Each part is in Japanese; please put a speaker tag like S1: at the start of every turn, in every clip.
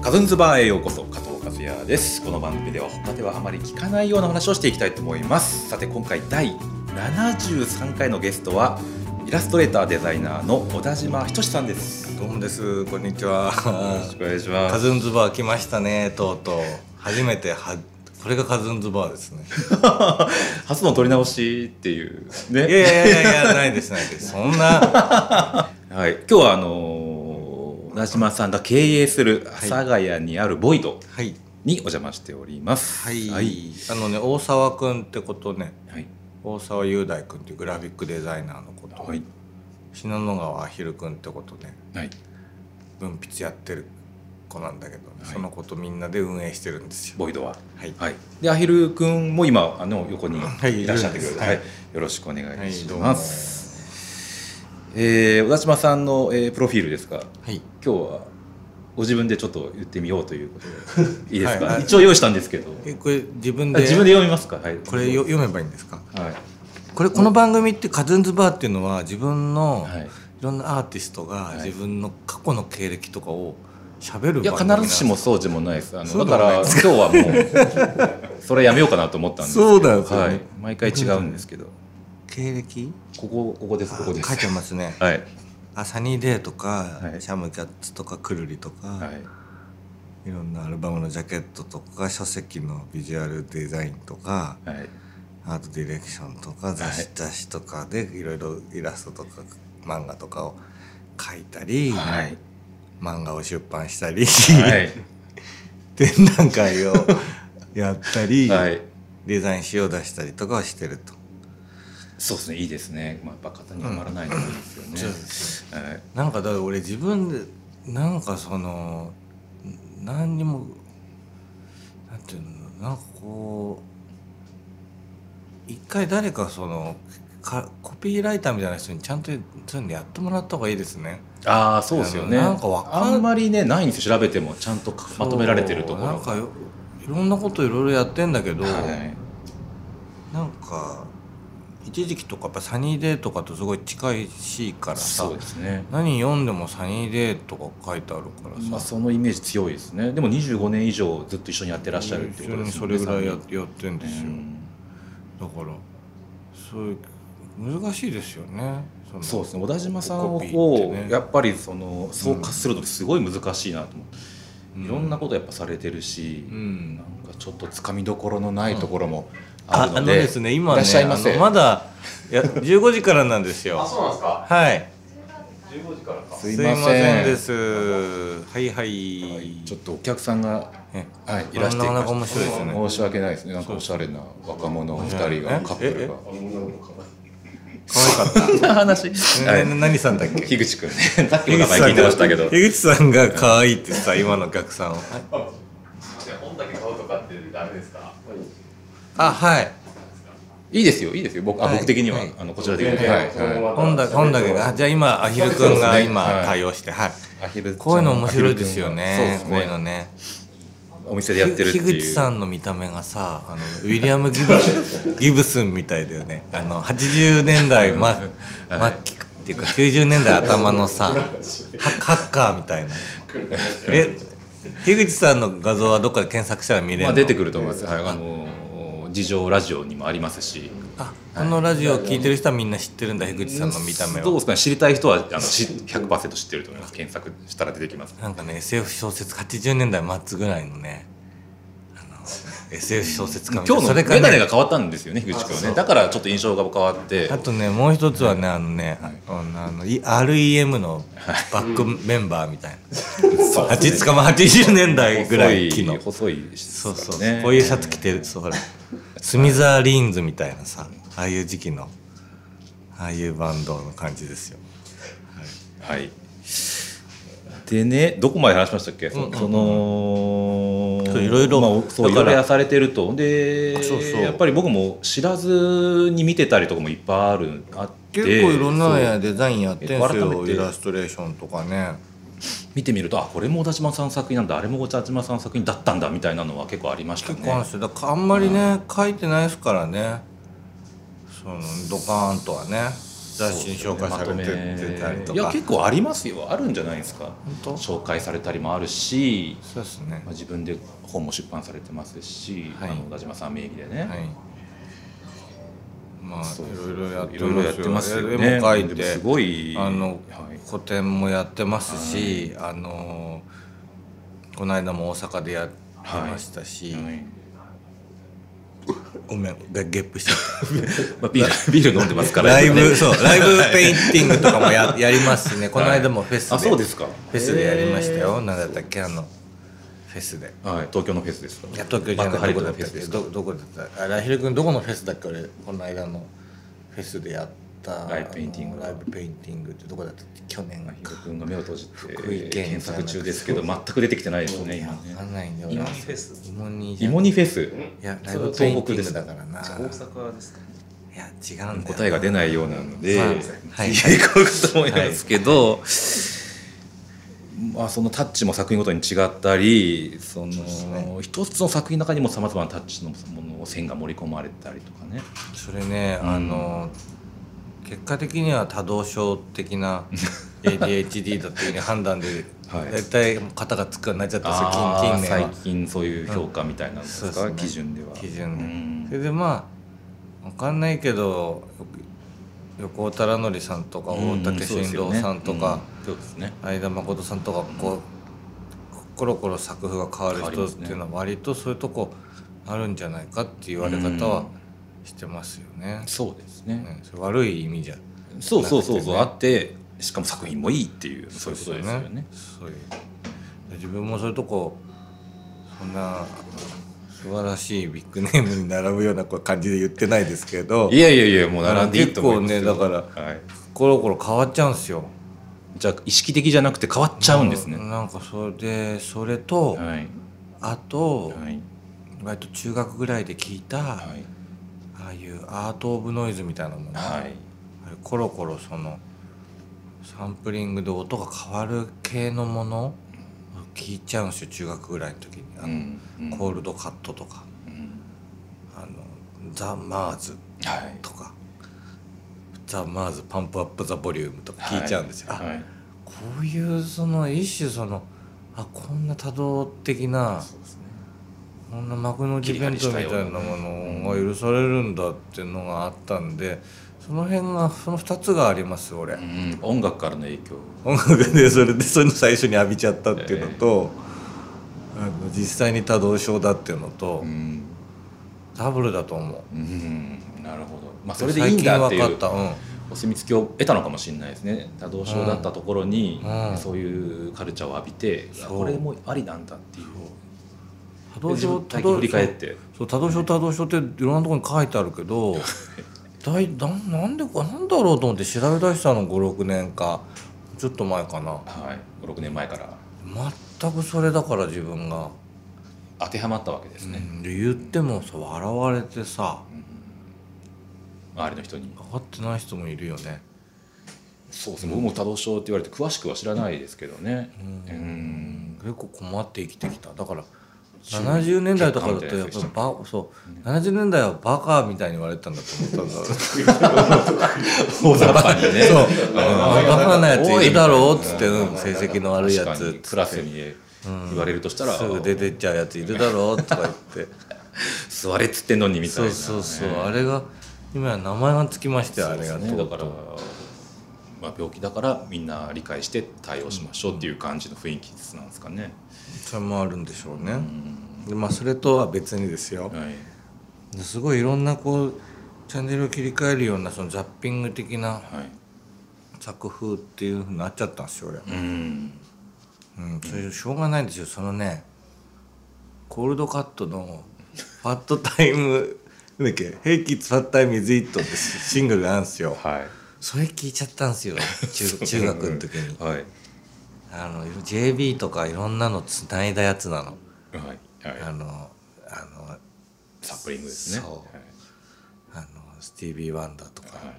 S1: カズンズバーへようこそ加藤和也ですこの番組では他ではあまり聞かないような話をしていきたいと思いますさて今回第73回のゲストはイラストレーターデザイナーの小田島仁さんです
S2: どうもです。こんにちは。
S1: よろしくお願いしま
S2: カ
S1: す
S2: ズンズバー来ましたね。とうとう初めてはこれがカズンズバーですね。
S1: 初の撮り直しっていう
S2: いやい
S1: ね
S2: やいやいやないですないです。そんな
S1: はい今日はあのー小田島さんが経営する阿佐ヶ谷にあるボイド
S2: はい
S1: にお邪魔しております
S2: はい、
S1: はい、
S2: あのね大沢くんってことね
S1: はい
S2: 大沢雄大くんっていうグラフィックデザイナーのこと、
S1: はい
S2: 信濃川アヒルくんってことね
S1: はい
S2: 文筆やってる子なんだけど、ね
S1: はい
S2: そのことみんなで運営してるんですよ。
S1: ボイドは
S2: はい。
S1: はい、でアヒル君も今あの横に
S2: はい
S1: いらっしゃってくれて、
S2: はい
S1: はいよろしくお願いし
S2: は
S1: ま
S2: い
S1: す。えー小田島さんの、えープロフィールですが
S2: はい。
S1: 今日はご自分でちょっと言ってみようということ でいいですか、
S2: はい
S1: 一応用意したんですけど
S2: えこれ自分
S1: あ
S2: で
S1: 自分で読みますか、はい、
S2: これよ読めばいいんですか。
S1: はい、
S2: これこの番組ってカズンズバーっていうのは自分の、
S1: はい
S2: いろんなアーティストが自分の過去の経歴とかを喋る
S1: いや
S2: 番組なん
S1: 必
S2: で
S1: ず
S2: す
S1: しもそうでもないですあ
S2: そ
S1: の
S2: うで
S1: だ
S2: も
S1: か
S2: な
S1: ら
S2: い
S1: 今日はもうそれやめようかなと思ったんですけど
S2: そうなんですよね
S1: はい、毎回違うんですけど
S2: 経歴
S1: ここここですここで
S2: あ書い
S1: す
S2: てますね
S1: はい
S2: あサニーデーとか、
S1: はい
S2: シャムキャッツとかくるりとか、、
S1: はいい
S2: ろんなアルバムのジャケットとか書籍のビジュアルデザインとか
S1: はい
S2: アートディレクションとか雑誌,、
S1: はい
S2: 雑誌とかでいろいろイラストとか漫画とかを書いたり、
S1: はい
S2: 漫画を出版したり、
S1: はい
S2: 展覧 会をやったり、
S1: はい
S2: デザイン誌を出したりとかはしてると。
S1: そうですね、いいですね。まあ、やっぱ型にはまらないのがいいですよね。
S2: そうです
S1: はい、
S2: なんかだから俺自分でなんかそのん何にもなんていうのなんかこう一回誰かそのかコピーライターみたいな人にちゃんとそういうのやってもらった方がいいですね。
S1: ああ、そうですよね。
S2: あのなんかわかん
S1: あんまりね、ないんですよ。調べても、ちゃんとまとめられてるところ。
S2: なんかよいろんなこといろいろやってんだけど、
S1: はい、
S2: なんか一時期とかやっぱサニーデーとかとすごい近いしからさ
S1: そうですね。
S2: 何読んでもサニーデーとか書いてあるからさ。
S1: まあ、そのイメージ強いですね。でも、25年以上ずっと一緒にやってらっしゃるってことです
S2: そ
S1: よ
S2: れ
S1: ね。
S2: ぐらいや
S1: っ
S2: やってんですよ、だからそういう難しいですよねその
S1: そうですね。小田島さん
S2: コピーっ
S1: を、
S2: てね
S1: やっぱり、その、総括するのってすごい難しいなと思って。
S2: うん
S1: いろんなことやっぱされてるし。
S2: うん
S1: なんか、ちょっとつかみどころのないところもあ
S2: あ
S1: る
S2: あ
S1: の
S2: の
S1: で。
S2: ですね今
S1: いら
S2: ね
S1: っしゃいませ
S2: あのまだいや15時からなんですよ
S3: あ、そうなんですか。
S2: はい
S3: 十五時からか。
S1: すい
S2: すい
S1: ま
S2: ま
S1: せ
S2: せ
S1: ん
S2: んですはいはい、
S1: ちょっとお客さんが、
S2: え
S1: はい、いらしてい
S2: なかなか
S1: ま
S2: 面
S1: し
S2: 白いです
S1: た
S2: ね
S1: 申し訳ないですねなんかおしゃれな若者二人が
S2: え
S1: カップルが
S2: え
S3: あ
S2: 可愛かっ
S1: そんな話、
S2: た、
S1: は
S2: ね
S1: い、
S2: 何さんだっけ
S1: 樋口くん ねさっきの名前聞いてましたけど
S2: 江口さんが可愛いってさ今のお客さんを
S3: じゃあ本だけ買うとかってダメですか。
S2: あはい
S1: いいですよいいですよ僕,、あ
S2: はい
S1: 僕的には、
S2: はい
S1: あのこちら的には、
S3: ええ
S1: はい
S3: そのま
S1: は
S3: ま
S2: 本だ本だけがあじゃあ今アヒル君が
S1: そうです
S2: 今
S1: ね
S2: 対応してはい
S1: い、アヒルちゃん
S2: こういうの面白いですよね。
S1: アヒルくん
S2: こう
S1: は
S2: いう
S1: そう
S2: のね。
S1: ですねお店でやってるっていう
S2: ひ口さんの見た目がさ、あのウィリアムギブ スギブスンみたいだよね。あの80年代ま末期っていうか90年代頭のさ、ハハッカーみたいな。え、ひ口さんの画像はどっかで検索したら見れるの。
S1: まあ、出てくると思います、はい、あの事情ラジオにもありますし
S2: あこのラジオを聞いてる人はみんな知ってるんだひ口さんの見た目
S1: どう
S2: を。
S1: ですかね知りたい人はあのし100%知ってると思います検索したら出てきます
S2: なんかね SF 小説80年代末ぐらいのね。あの SF 小説家みた
S1: 今
S2: いな
S1: 日の
S2: それ
S1: メ
S2: がね
S1: ガネが変わったんですよね、樋口君はね。だからちょっと印象が変わって
S2: あ、とねもう一つはねあのね、あのあのい REM のバックメンバーみたいな、
S1: そう
S2: 八つかま80年代ぐらい期の
S1: 細い、細いですか
S2: そ
S1: ら
S2: う
S1: ね
S2: そうそうこういうシャツ着てるそうほら隅沢リーンズみたいなさああいう時期のああいうバンドの感じですよ
S1: はい。でね、どこまで話しましたっけ、そその
S2: そういろいろ
S1: まあ、そういろい
S2: だから
S1: ろやされてるとで
S2: そうそう
S1: やっぱり僕も知らずに見てたりとかもいっぱいあるあってそう
S2: デザインやって
S1: んすよイラ
S2: ストレーションとかね
S1: 見てみるとあこれも小田島さんの作品なんだあれも小田島さんの作品だったんだみたいなのは結構ありました
S2: 結構あるん
S1: ね
S2: ですよだからあんまりね、書いてないですからねそのドカーンとはね雑誌に紹介されてたりとか
S1: いや結構ありますよあるんじゃないですか
S2: 当
S1: 紹介されたりもあるし、
S2: そうですね
S1: まあ、自分で本も出版されてますし、
S2: はい
S1: あの田島さん名義でね、
S2: はいまあ
S1: そう
S2: いろいろやって
S1: いろいろやってますよね
S2: 絵も描い
S1: でも
S2: て
S1: すごい
S2: あの
S1: はい
S2: 個展もやってますし、あのこの間も大阪でやってましたし、
S1: はい
S2: ごめんゲゲップしちゃった
S1: まあ、ビールビール飲んでます から
S2: ライブ、
S1: 今ね
S2: そうライブペインティングとかもややりますしねこの間もフェスで,、
S1: あそうですか
S2: フェスでやりましたよ、なんだったっけあのフェスで。
S1: はい、東京のフェスですか
S2: いや東京じゃ
S1: 幕
S2: ない
S1: 張と
S2: どこだ
S1: かフェ
S2: ったっ
S1: ス
S2: け
S1: ですか
S2: どどこだったあラヒル君どこのフェスだっけ俺この間のフェスでやった
S1: ライブペインティング
S2: あのライブペインティングってどこだったっけ去年が
S1: ひろくんが目を閉じて
S2: 福井県
S1: 検索中ですけど全く出てきてないですね今
S2: わか
S1: ね
S2: んないんだよ
S3: 芋
S2: な
S3: 煮フェス
S2: 芋煮じゃん
S1: 芋煮フェス
S2: いやライ
S1: それ
S2: ブ
S1: は
S2: ペイ
S1: 東北
S2: ンティ
S1: で
S2: ング
S1: す
S2: だからな
S3: 大阪ですかね
S2: いや違うんだよ
S1: 答えが出ないようなので、
S2: まあ
S1: はい、
S2: はい
S1: こういうこともやるんですけど、まあそのタッチも作品ごとに違ったりその
S2: そうですね
S1: 一つの作品の中にもさまざまなタッチのもの線が盛り込まれてたりとかね
S2: それね、
S1: うん
S2: あの結果的には多動症的 な ADHD だっていう判断で
S1: はい
S2: 大体肩がつくようになっちゃった
S1: あー
S2: んですよ近近年は
S1: 最近そういう評価みたいなんですか、
S2: うんそうですね
S1: 基準では
S2: 基準
S1: う
S2: ね
S1: ん
S2: それでまあわかんないけど横尾忠則さんとか大竹新郎さんとか、
S1: そうですよね
S2: 相田誠さんとかこう、コロコロ作風が変わる
S1: 変わり
S2: 人
S1: ま
S2: っ
S1: すね
S2: ていうのは割とそういうとこあるんじゃないかっていう言われ方はしてますよね。
S1: そうですね、
S2: ねそれ悪い意味じゃ
S1: そうそうそうそう、
S2: な
S1: あ
S2: く
S1: ってしかも作品もいいっていうそういうことですよね
S2: そういう自分もそういうとこそんな素晴らしいビッグネームに並ぶような感じで言ってないですけど
S1: いやいやいやもう並んでいいと思います
S2: 結構ねだ
S1: ら、はい、
S2: コロコロ変わっちゃうんですよ。
S1: じゃあ意識的じゃなくて変わっちゃうんです
S2: な
S1: ね、
S2: なんかそれでそれと、
S1: はい
S2: あと、
S1: はい
S2: 割と中学ぐらいで聞いた、
S1: はい
S2: ああいうアート・オブ・ノイズみたいなもの、
S1: はい
S2: あれコロコロそのサンプリングで音が変わる系のものを聞いちゃうんですよ中学ぐらいの時にあ
S1: う
S2: の、
S1: んうん
S2: コールドカットとか
S1: うん
S2: あのザ・マーズ
S1: はい
S2: とかザ・マーズパンプアップ・ザ・ボリュームとか聞いちゃうんですよ、
S1: はい
S2: あ
S1: はい
S2: こういうその一種そのあこんな多動的な
S1: そうですね
S2: こんな幕の内弁当みたいなものが許されるんだっていうのがあったんでその辺がその2つがあります俺、
S1: うん音楽からの影響
S2: 音楽でそれでそういうの最初に浴びちゃったっていうのと、あの実際に多動症だっていうのと、
S1: うん、
S2: ダブルだと思う
S1: うん、なるほどまあそれでいいんだってい
S2: 最
S1: う
S2: 近分かった、うん
S1: お墨付きを得たのかもしれないですね多動症だったところに、
S2: うんうん
S1: そういうカルチャーを浴びて、
S2: そう
S1: あこれもありなんだっていう
S2: 多
S1: で
S2: 動
S1: 自
S2: 症
S1: 分体験振り返って
S2: そう多動症多動症っていろんなところに書いてあるけ どだいだなんでかなんだろうと思って調べ出したの56年かちょっと前かな
S1: はい、6年前から
S2: 全くそれだから自分が、
S1: 当てはまったわけです
S2: う
S1: ね、
S2: んで言ってもさ笑われてさ
S1: 周りの人に
S2: 分かってない人もいるよね
S1: そうですね僕も多動症って言われて詳しくは知らないですけどねうん
S2: 結構困って生きてきただから70年代とかだとやっぱりバそう70年代はバカみたいに言われてたんだ と思ったんだ
S1: 大雑把にね
S2: そう、
S1: ん
S2: バカなやついるだろうっつ って、
S1: 多いみ
S2: うん、
S1: た
S2: 成
S1: いな
S2: 績の悪いや
S1: 確か
S2: つ
S1: にクラスに言われるとしたら、
S2: すぐ出てっちゃうやついるだろうとか言って
S1: 座れっつってんのにみたいな
S2: そう
S1: ね、
S2: そうそうあれが今や名前がつきましてあれがね
S1: そうですねだから、まあ、病気だからみんな理解して対応しましょうっていう感じの雰囲気なんですかね、
S2: それもあるんでしょうねでまあそれとは別にですよ
S1: はい
S2: すごいいろんなこうチャンネルを切り替えるようなそのザッピング的な
S1: はい
S2: 作風っていうふうになっちゃったんですよ俺
S1: うん
S2: うん、それしょうがないんですよそのねコールドカット の「ファットタイム」なんだっけ「平気ファットタイムイズイット」ってシングルなんですよ
S1: はい
S2: それ聞いちゃったん ですよ中中学の時に
S1: はいはい
S2: あの JB とかいろんなのつないだやつなの
S1: はい
S2: あのあの
S1: サップリングですね
S2: そうあのスティービー・ワンダーとか
S1: はいはい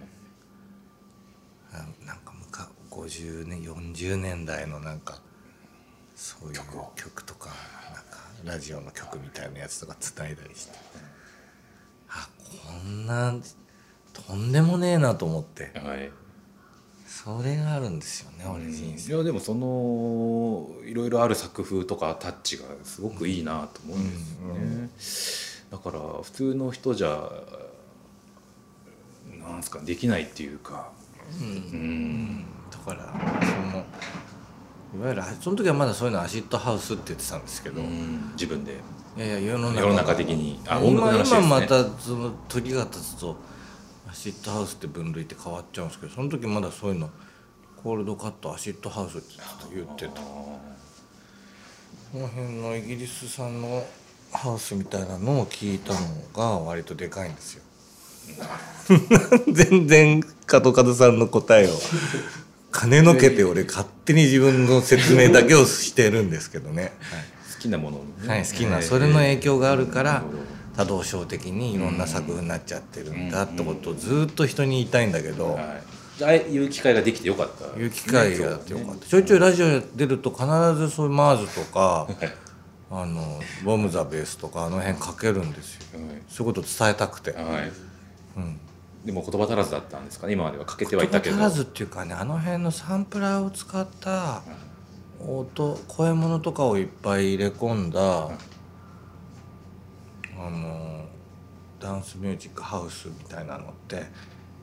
S2: あのなんかむか50年40年代のなんかそういう曲とかなんかラジオの曲みたいなやつとかつないだりしてあこんなとんでもねえなと思って
S1: はい
S2: それがあるんですよね俺人生
S1: いやでもそのいろいろある作風とかタッチがすごくいいなと思うんですよね、だから普通の人じゃなんすかできないっていうか
S2: うん
S1: うん
S2: だからそのいわゆるその時はまだそういうのアシッドハウスって言ってたんですけど、い
S1: 自分で
S2: やいや世の中
S1: 世の中的にあ音楽
S2: 今
S1: の話ですね
S2: 今またその時が経つとアシッドハウスって分類って変わっちゃうんですけどその時まだそういうのコールドカットアシッドハウスって言ってた
S1: あ
S2: この辺のイギリス産のハウスみたいなのを聞いたのが割とでかいんですよ 全然角角さんの答えを金のけて俺勝手に自分の説明だけをしてるんですけどね、
S1: ー好きなものをね、
S2: はいはい好きなそれの影響があるから
S1: なるほど
S2: 多動症的にいろんな作風になっちゃってるんだってことをずっと人に言いたいんだけど、
S1: はい、じゃあああいう機会ができてよかった
S2: いう機会があってよかった、ちょいちょいラジオ出ると必ずそういうマーズとか
S1: はい
S2: あのボム・ザ・ベースとかあの辺かけるんですよそういうこと伝えたくて、
S1: はいはい
S2: うん、
S1: でも言葉足らずだったんですかね今まではかけてはいたけ
S2: 足
S1: ど
S2: らずっていうかねあの辺のサンプラーを使った音声物とかをいっぱい入れ込んだ、あのダンスミュージックハウスみたいなのって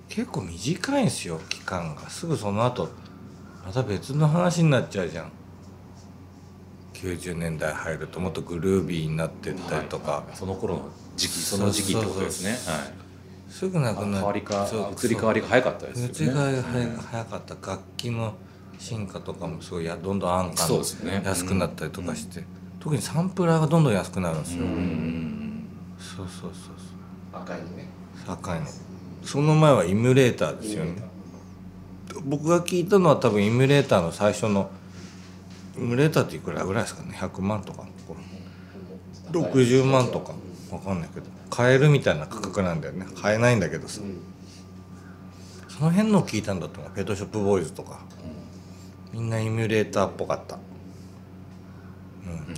S2: 結構短いんですよ期間がすぐその後また別の話になっちゃうじゃん90年代入るともっとグルービーになってったりとか、
S1: はいその頃の時期その時期ってことですねはい
S2: すぐな
S1: あ
S2: くな
S1: 変
S2: っ
S1: わりか
S2: そう
S1: 移り変わりが早かったですよね
S2: 移り変わりが
S1: う
S2: 早
S1: ん
S2: 早かった、楽器の進化とかもすごいやどんどん安価
S1: そうですね
S2: な安くなったりとかして、特にサンプラーがどんどん安くなるんですよ、
S1: うん
S2: そうそうそうそ
S3: 赤いね
S2: う高いのその前はイミュレーターですよね僕が聞いたのは多分イミュレーターの最初のイミュレーターっていくらぐらいですかね100万とか60万とかわかんないけど買えるみたいな価格なんだよね買えないんだけどさ、その辺のを聞いたんだと思うペットショップボーイズとか、みんなイミュレーターっぽかった、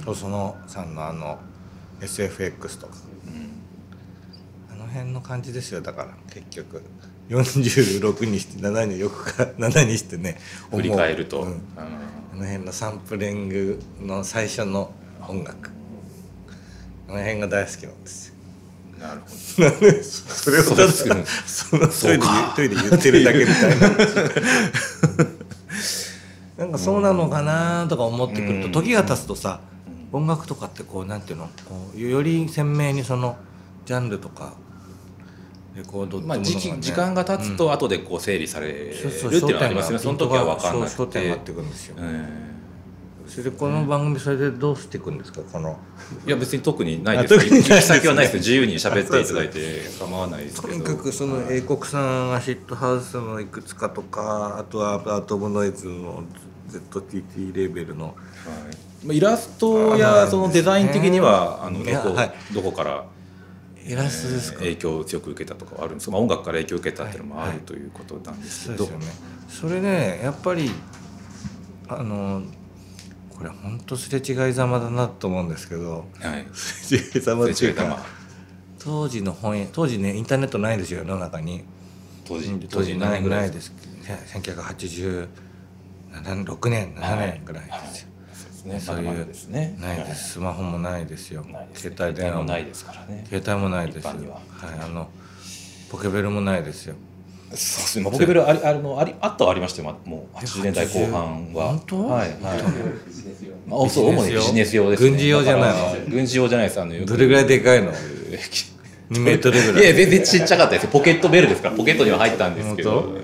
S2: うんそのさんのあの SFX とか、あの辺の感じですよだから結局46にして7によくか7にしてね
S1: 振
S2: 思う
S1: り返ると、
S2: うんあの辺のサンプリングの最初の音楽あの辺が大好きなんですよ
S1: うんなるほど
S2: なんでそれをただ
S1: そうで
S2: そのトイレでトイレ言ってるだけみたいななんかそうなのかなとか思ってくると時が経つとさ音楽とかってこうなんていうのこうより鮮明にそのジャンルとかレコードっても
S1: ま
S2: の
S1: あ、
S2: が、ね
S1: 時期時間が経つと後でこう整理されるって
S2: そうそう
S1: いうのはありますよねその時は分かんな
S2: そう
S1: く
S2: 焦点が合
S1: て
S2: ってくるんですよ、
S1: うん
S2: それでこの番組それでどうしていくんですかこの
S1: いや別に特にないです
S2: あ特にないですね
S1: 行き先はないです自由に喋っていただいて構わないです
S2: と
S1: けど
S2: にかくその英国産アシッドハウスのいくつかとかあとはアトムノイズの ZTT レーベルの
S1: はいまあイラストやそのデザイン的にはあの
S2: いや
S1: どこ
S2: はい
S1: どこから
S2: イラストですか、
S1: 影響を強く受けたとかはあるんですけど、まあ、音楽から影響を受けたっていうのもあるということなんです
S2: そ
S1: け
S2: う
S1: ど、
S2: ですよねそれねやっぱりあのこれ本当すれ違いざまだなと思うんですけど
S1: はい
S2: すれ違いざまって
S1: す
S2: い
S1: れ違
S2: う
S1: いざ
S2: か
S1: ま
S2: 当時の本屋当時ねインターネットないですよ世の中に
S1: 当時
S2: 当
S1: 当
S2: 時
S1: 時
S2: な
S1: 何年
S2: い
S1: ぐ
S2: ぐ
S1: ら
S2: ら
S1: い
S2: い
S1: で
S2: です1986年7年ぐらいですよ、
S1: す
S2: は
S1: ね
S2: い
S1: まだまだですね
S2: ないです。スマホもないですよ。
S1: はいないですね
S2: 携帯電話
S1: も
S2: も
S1: ないですからね
S2: 携帯もないで
S1: 一
S2: す。は
S1: 般
S2: い
S1: には、
S2: あの。ポケベルもないですよ。
S1: そうですねまあポケベルありあのありあったはありましたよまあもう80年代後半は
S2: 本当
S1: はい、はい
S3: ビジネス用
S1: まあ、そう主にビジネス用です、ね、
S2: 軍事用じゃないの
S1: だから軍事用じゃないですあのよく
S2: どれぐらいで かいの？2メートルぐらい。
S1: いや全然ちっちゃかったですよポケットベルですからポケットには入ったんですけど、
S2: 本
S1: うん、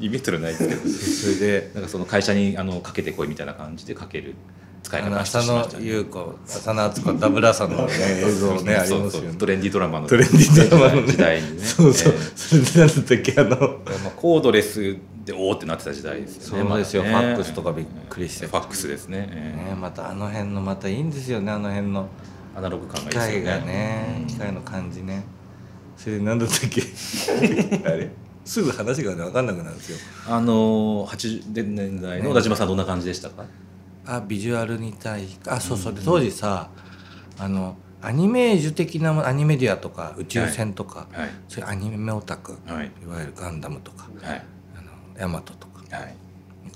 S1: 2メートルないですけど
S2: それで。
S1: なんかその会社にあのかけてこいみたいな感じでかける使い
S2: あ
S1: 方
S2: の
S1: して
S2: 浅
S1: しまし
S2: 野
S1: たね
S2: 優子、浅野敦子、ダブル浅野のね映像ねあ り
S1: そう
S2: ます
S1: そう
S2: よね。
S1: トレンディードラマの
S2: トレンディードラマのね
S1: 時代 にね
S2: そうそう
S1: え。
S2: それでなんだったっけあの。
S1: えまあ、コードレスでおーってなってた時代ですよね
S2: そうですよ
S1: まだね
S2: ファックスとかびっくりして
S1: ファックスですね、え
S2: ねまたあの辺のまたいいんですよねあの辺の
S1: アナログ感がい
S2: 機
S1: いですよね
S2: 械がね機械の感じね。それでなんだったっけ あれ？すぐ話がね分かんなくなるんですよ。
S1: あの80年代の小田島さんどんな感じでしたか、
S2: あビジュアルに対してあそうそうで当時さあのアニメージュ的なもアニメディアとか宇宙船とか、
S1: はい
S2: そういうアニメオタク、
S1: はい
S2: いわゆるガンダムとか
S1: はい
S2: あのヤマトとか
S1: はい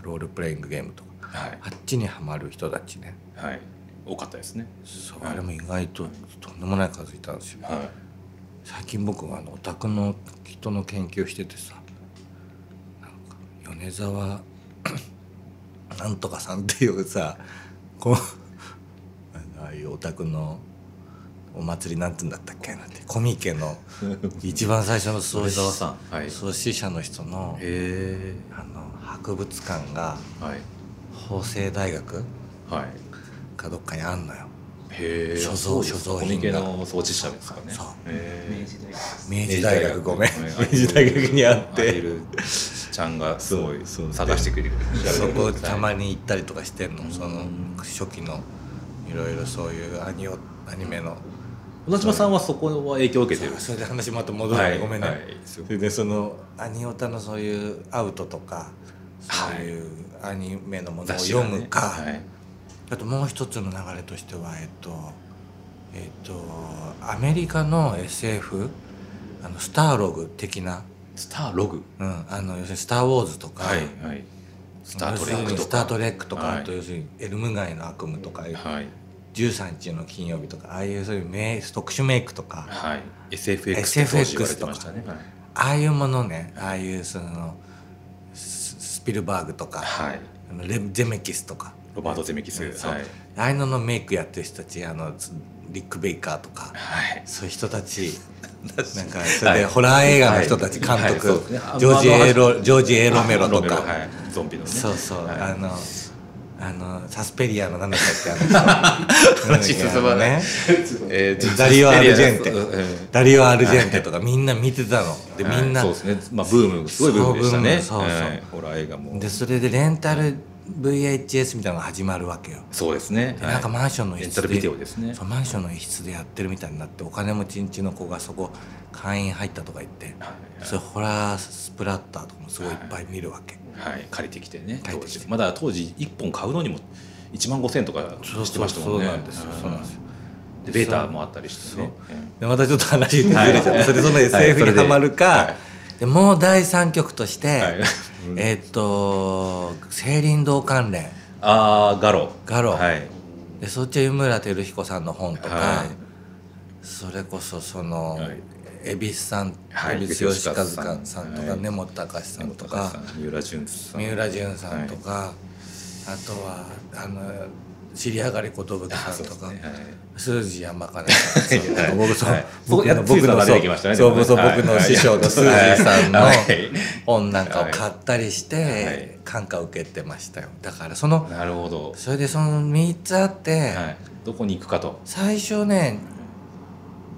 S2: ロールプレイングゲームとか
S1: はい
S2: あっちにはまる人たちね
S1: はい多かったですね
S2: それも意外ととんでもない数いたんですよ
S1: は
S2: 最近僕はあのオタクの人の研究しててさなんか米沢 なんとかさんっていうさこうあのああいうオタクのお祭りなんて言うんだったっけなんてコミケの一番最初の創始
S1: んはいへ
S2: 創始者の人の
S1: え
S2: あの博物館が
S1: はい
S2: 法政大学
S1: はい
S2: かどっかにあんのよ
S1: へえ
S2: 所蔵所蔵品
S1: コ
S2: が
S1: ミケの装置者ですかね
S2: そう
S1: へ
S3: 時代
S2: 明
S1: え
S2: 治大学ごめん
S1: はい
S2: 明治大学にあっ
S1: ア
S2: て
S1: イルちゃんがすごい
S2: そうそう
S1: 探してくれる
S2: そこたま
S1: に
S2: に行ったりとかしてんの、
S1: うん
S2: その初期のいろいろそういうアニオアニメの
S1: 小田島さんはそこは影響を受けてる
S2: それ で話また戻るの、ごめんね、
S1: はいはい
S2: それでそのアニオタのそういうアウトとかそういうアニメのものを
S1: 雑誌
S2: 読
S1: がね
S2: むか、
S1: はい
S2: あともう一つの流れとしてはえっとえっとアメリカの SF あのスターログ的な、
S1: スターログ
S2: うん、あの要するに「スター・ウォーズ」とか、
S1: はいはいスタートレック
S2: 要するに
S1: と
S2: スター
S1: か
S2: トレックとか、
S1: はい
S2: あと要するに「エルム街の悪夢」とか、
S1: はい
S2: 13日の金曜日とかああいうそういうメイ特殊メイクとか
S1: はい SFX って当時言われてましたね
S2: ああいうものねああいうそのススピルバーグとか、
S1: はい
S2: あのレゼメキスとか
S1: ロバート・ゼメキス
S2: うんそう
S1: はい
S2: ああいうののメイクやってる人たちあのつリック・ベイカーとか
S1: はい
S2: そういう人 たち
S1: 確
S2: なんかそれでホラー映画の人たち監
S1: はいはい
S2: 督、
S1: そうですねあ
S2: ジョージ・
S1: あの
S2: エロジョージ・エロメロとか、
S1: はいゾンビのね
S2: そうそう、
S1: はい
S2: あのあのサスペリアの何だったっけあ の
S1: 話
S2: 人
S1: 進まない
S2: あのね
S1: え ー
S2: ダリオ・アルジェンテ
S1: うん
S2: ダリオ・アルジェンテとかみんな見てたのでみんな、
S1: はいそうですねまあブームすごいブームでしたね
S2: そうブームそうそう
S1: はいホラー映画も
S2: でそれでレンタル VHS みたいなのが始まるわけよ
S1: そうですね
S2: でなんかマンションの
S1: レン
S2: 一
S1: タ
S2: 室
S1: ル
S2: で
S1: ビデオですね
S2: そうマンションの一室でやってるみたいになってお金持ちんちの子がそこ会員入ったとか言って
S1: はい
S2: それホラースプラッターとかもすごいいっぱい見るわけ、
S1: はい借りてきてね
S2: 借
S1: 当
S2: りてきて
S1: 時まだ当時1本買うのにも1万5000とか
S2: そう
S1: して
S2: そう
S1: ました
S2: そ
S1: もん
S2: う
S1: ね
S2: なんですよ、そうなんですよ
S1: でベータもあったりしてね
S2: でまたちょっと話ずれちゃって、
S1: はい
S2: それでその
S1: はい
S2: SF に
S1: それで
S2: はまるか、
S1: はい
S2: でもう第3局として、
S1: はい
S2: えーっと清林堂関連
S1: ああガロ
S2: ガロ
S1: はい
S2: でそっちは湯村照彦さんの本とか、
S1: はい
S2: それこそその
S1: はい
S2: 蛭子、さん
S1: はい
S2: 蛭子義和さん
S1: さん
S2: とか、
S1: はい
S2: 根本隆さんとか
S1: 三浦淳さん
S2: 三浦淳さんとか、あとはあの尻上がり寿さんとか。
S1: はい
S2: 数字山かなさんと か
S1: はい
S2: 僕そう
S1: はい
S2: 僕
S1: そう
S2: の僕
S1: やっ
S2: の
S1: とつ
S2: そ
S1: いさんが出てきました
S2: う
S1: ね
S2: そうそう
S1: でもね
S2: 僕の
S1: はい
S2: 師匠の数字さんの
S1: はい
S2: 本なんかを買ったりし
S1: はい
S2: て感化を受けてましたよだからその
S1: なるほど
S2: それでその3つあって
S1: はいどこに行くかと
S2: 最初ね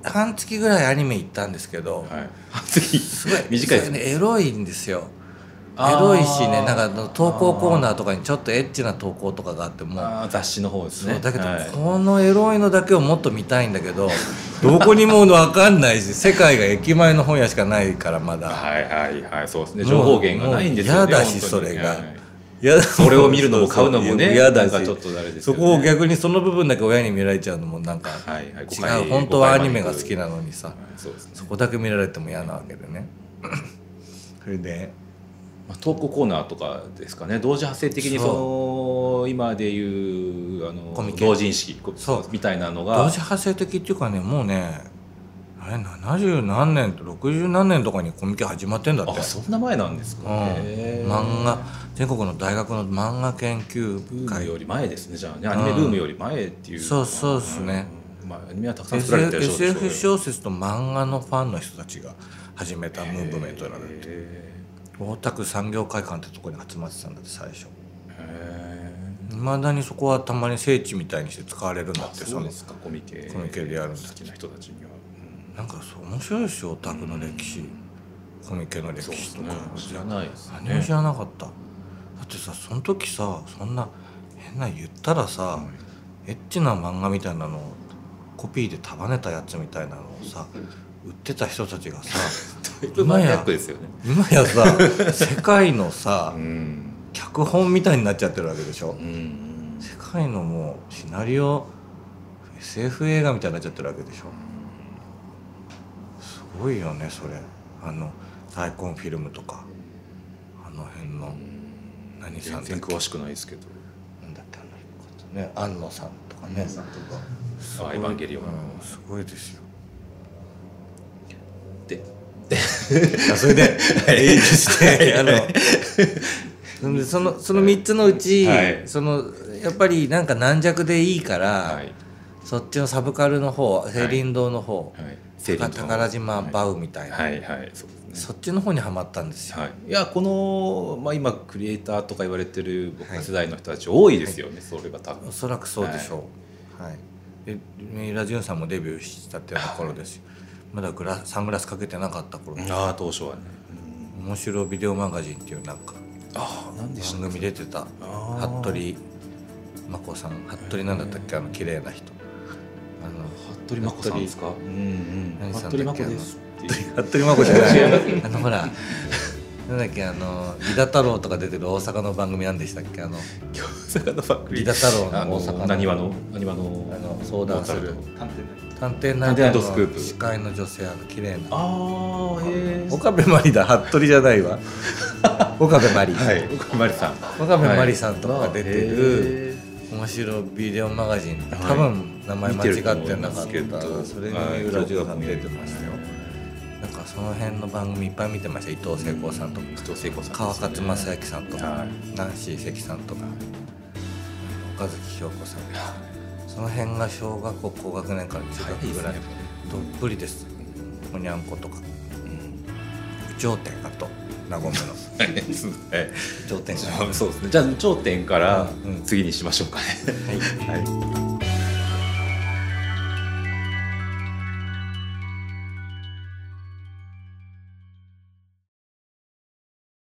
S2: 半月ぐらいアニメ行ったんですけど
S1: はい 次
S2: すごい
S1: 短いです
S2: そ
S1: ね
S2: れねエロいんですよエ
S1: あー
S2: ロいしねなんかあの投稿コーナーとかにちょっとエッチな投稿とかがあってもう
S1: あー雑誌の方です
S2: そ
S1: ね
S2: うだけど、
S1: はい
S2: このエロいのだけをもっと見たいんだけどどこにも分かんないし世界が駅前の本屋しかないからまだ
S1: はいはいはいそうですね
S2: もう
S1: 情報源がないんですよね
S2: もう嫌だし
S1: 本当に
S2: それが
S1: はい
S2: いや
S1: それを見るのも買うのもね
S2: 嫌だ
S1: なんか
S2: し
S1: ちょっとあれです
S2: そ
S1: よね
S2: こを逆にその部分だけ親に見られちゃうのもなんか
S1: はいはい誤解
S2: 違う本当はアニメ
S1: 誤
S2: が
S1: 解
S2: 好きなのにさ
S1: はいそうですね
S2: そこだけ見られても嫌なわけ でねそれで
S1: まあ、投稿コーナーとかですかね同時発生的にその今でいうあの
S2: コミケ
S1: 同人式こ
S2: そう
S1: みたいなのが
S2: 同時発生的っていうかねもうねあれ70何年と60何年とかにコミケ始まってんだって
S1: あそんな前なんですか、
S2: うん、
S1: へー
S2: 漫画全国の大学の漫画研
S1: ブ
S2: 究
S1: ーム
S2: 会
S1: より前ですねじゃあねアニメブームより前っていう、
S2: そうそうですね、
S1: うんまあ、アニメはたくさん作られて
S2: SF,
S1: るそうです
S2: SF 小説と漫画のファンの人たちが始めたムーブメントなので
S1: へ
S2: 大田区産業会館ってとこに集まってたんだって最初
S1: ーへ
S2: いまだにそこはたまに聖地みたいにして使われるんだ
S1: ーあ
S2: って
S1: そ
S2: そうの
S1: ですかコミケ
S2: コミケでやるんだ
S1: 好きな人たちには、うん
S2: なんかそう面白いですよオタクの歴史、コミケの歴
S1: そうです
S2: 史と
S1: ね
S2: か、
S1: 知らないです
S2: 何も知
S1: ね
S2: らなかっただってさその時さそんな変な言ったらさ、 エッチな漫画みたいなのをコピーで束ねたやつみたいなのをさ売ってた人たちがさ
S1: だいぶマニアックですよね
S2: 今 やさ世界のさ
S1: うん
S2: 脚本みたいになっちゃってるわけでしょ
S1: うん
S2: 世界のもうシナリオ SF 映画みたいになっちゃってるわけでしょすごいよねそれあの「タイコンフィルム」とかあの辺の
S1: うん
S2: 何さ
S1: 全
S2: んだ
S1: 然
S2: っけ
S1: 詳しくないですけど
S2: なんだってなんだっけね安野さんとかね
S3: さんとか
S1: 「あエヴァンゲリオン
S2: うんすごいですよ」
S1: で
S2: あそれで英語してあのそんでそのその3つのうち、
S1: はい
S2: そのやっぱりなんか軟弱でいいから、
S1: はい
S2: そっちのサブカルの方青林堂の方、
S1: はい
S2: 高宝島バウみたいな、
S1: はいはいそうですね
S2: そっちの方にはまったんですよ、
S1: はい、いやこの、まあ、今クリエイターとか言われてる僕ら世代の人たち多いですよね、それが多分
S2: おそらくそうでしょうはい、でミイラ・ジュンさんもデビューしたっていうような頃ですよまだグラサングラスかけてなかった頃
S1: ああ当初はね、
S2: 面白ビデオマガジンっていうなんか
S1: ああ何でした
S2: 番組出てた
S1: あー
S2: 服部真子さん服部なんだったっけあの綺麗な人あの
S1: 服部真子さんですかうん
S2: 何さん
S1: 服部
S2: だ
S1: 真
S2: っけ
S1: 子ですっていう
S2: 服部真子じゃない あのほらなんだっけあの「リダ太郎」とか出てる大阪の番組なんでしたっけあの
S1: 餃子のファクトリー
S2: リダ太郎の
S1: あの
S2: 大阪の
S1: なにわのなにわの
S2: あの相談する
S3: 探偵
S2: 「探偵ナイ
S1: 探偵ナイ
S2: ト
S1: トスクープ
S2: の司会の女性あの綺麗な
S1: ああへえ
S2: 岡部真理だ服部じゃな いわ岡部真理、
S1: はい僕はマリさん
S2: 岡部真理さんとか出てる、
S1: へ
S2: 面白ビデオマガジン、
S1: はい
S2: 多分名前間違ってなか
S1: 見
S2: って
S1: ると
S2: た
S1: 思います
S2: そ
S1: けど
S2: れに
S1: はい
S2: 三浦淳さん出てましたよ、なんかその辺の番組いっぱい見てました伊藤聖子さんとか、
S1: え伊藤聖子さん
S2: 川勝正
S1: 也
S2: 明さんとか、
S1: は
S2: ナンシー関さんとか、岡崎京子さんとか、その辺が小学校高学年から中学ぐらい、どっぷりですもにゃんことか頂点あと和むの頂点が
S1: そうですねじゃあ頂点から
S2: うん
S1: 次にしましょうかねはい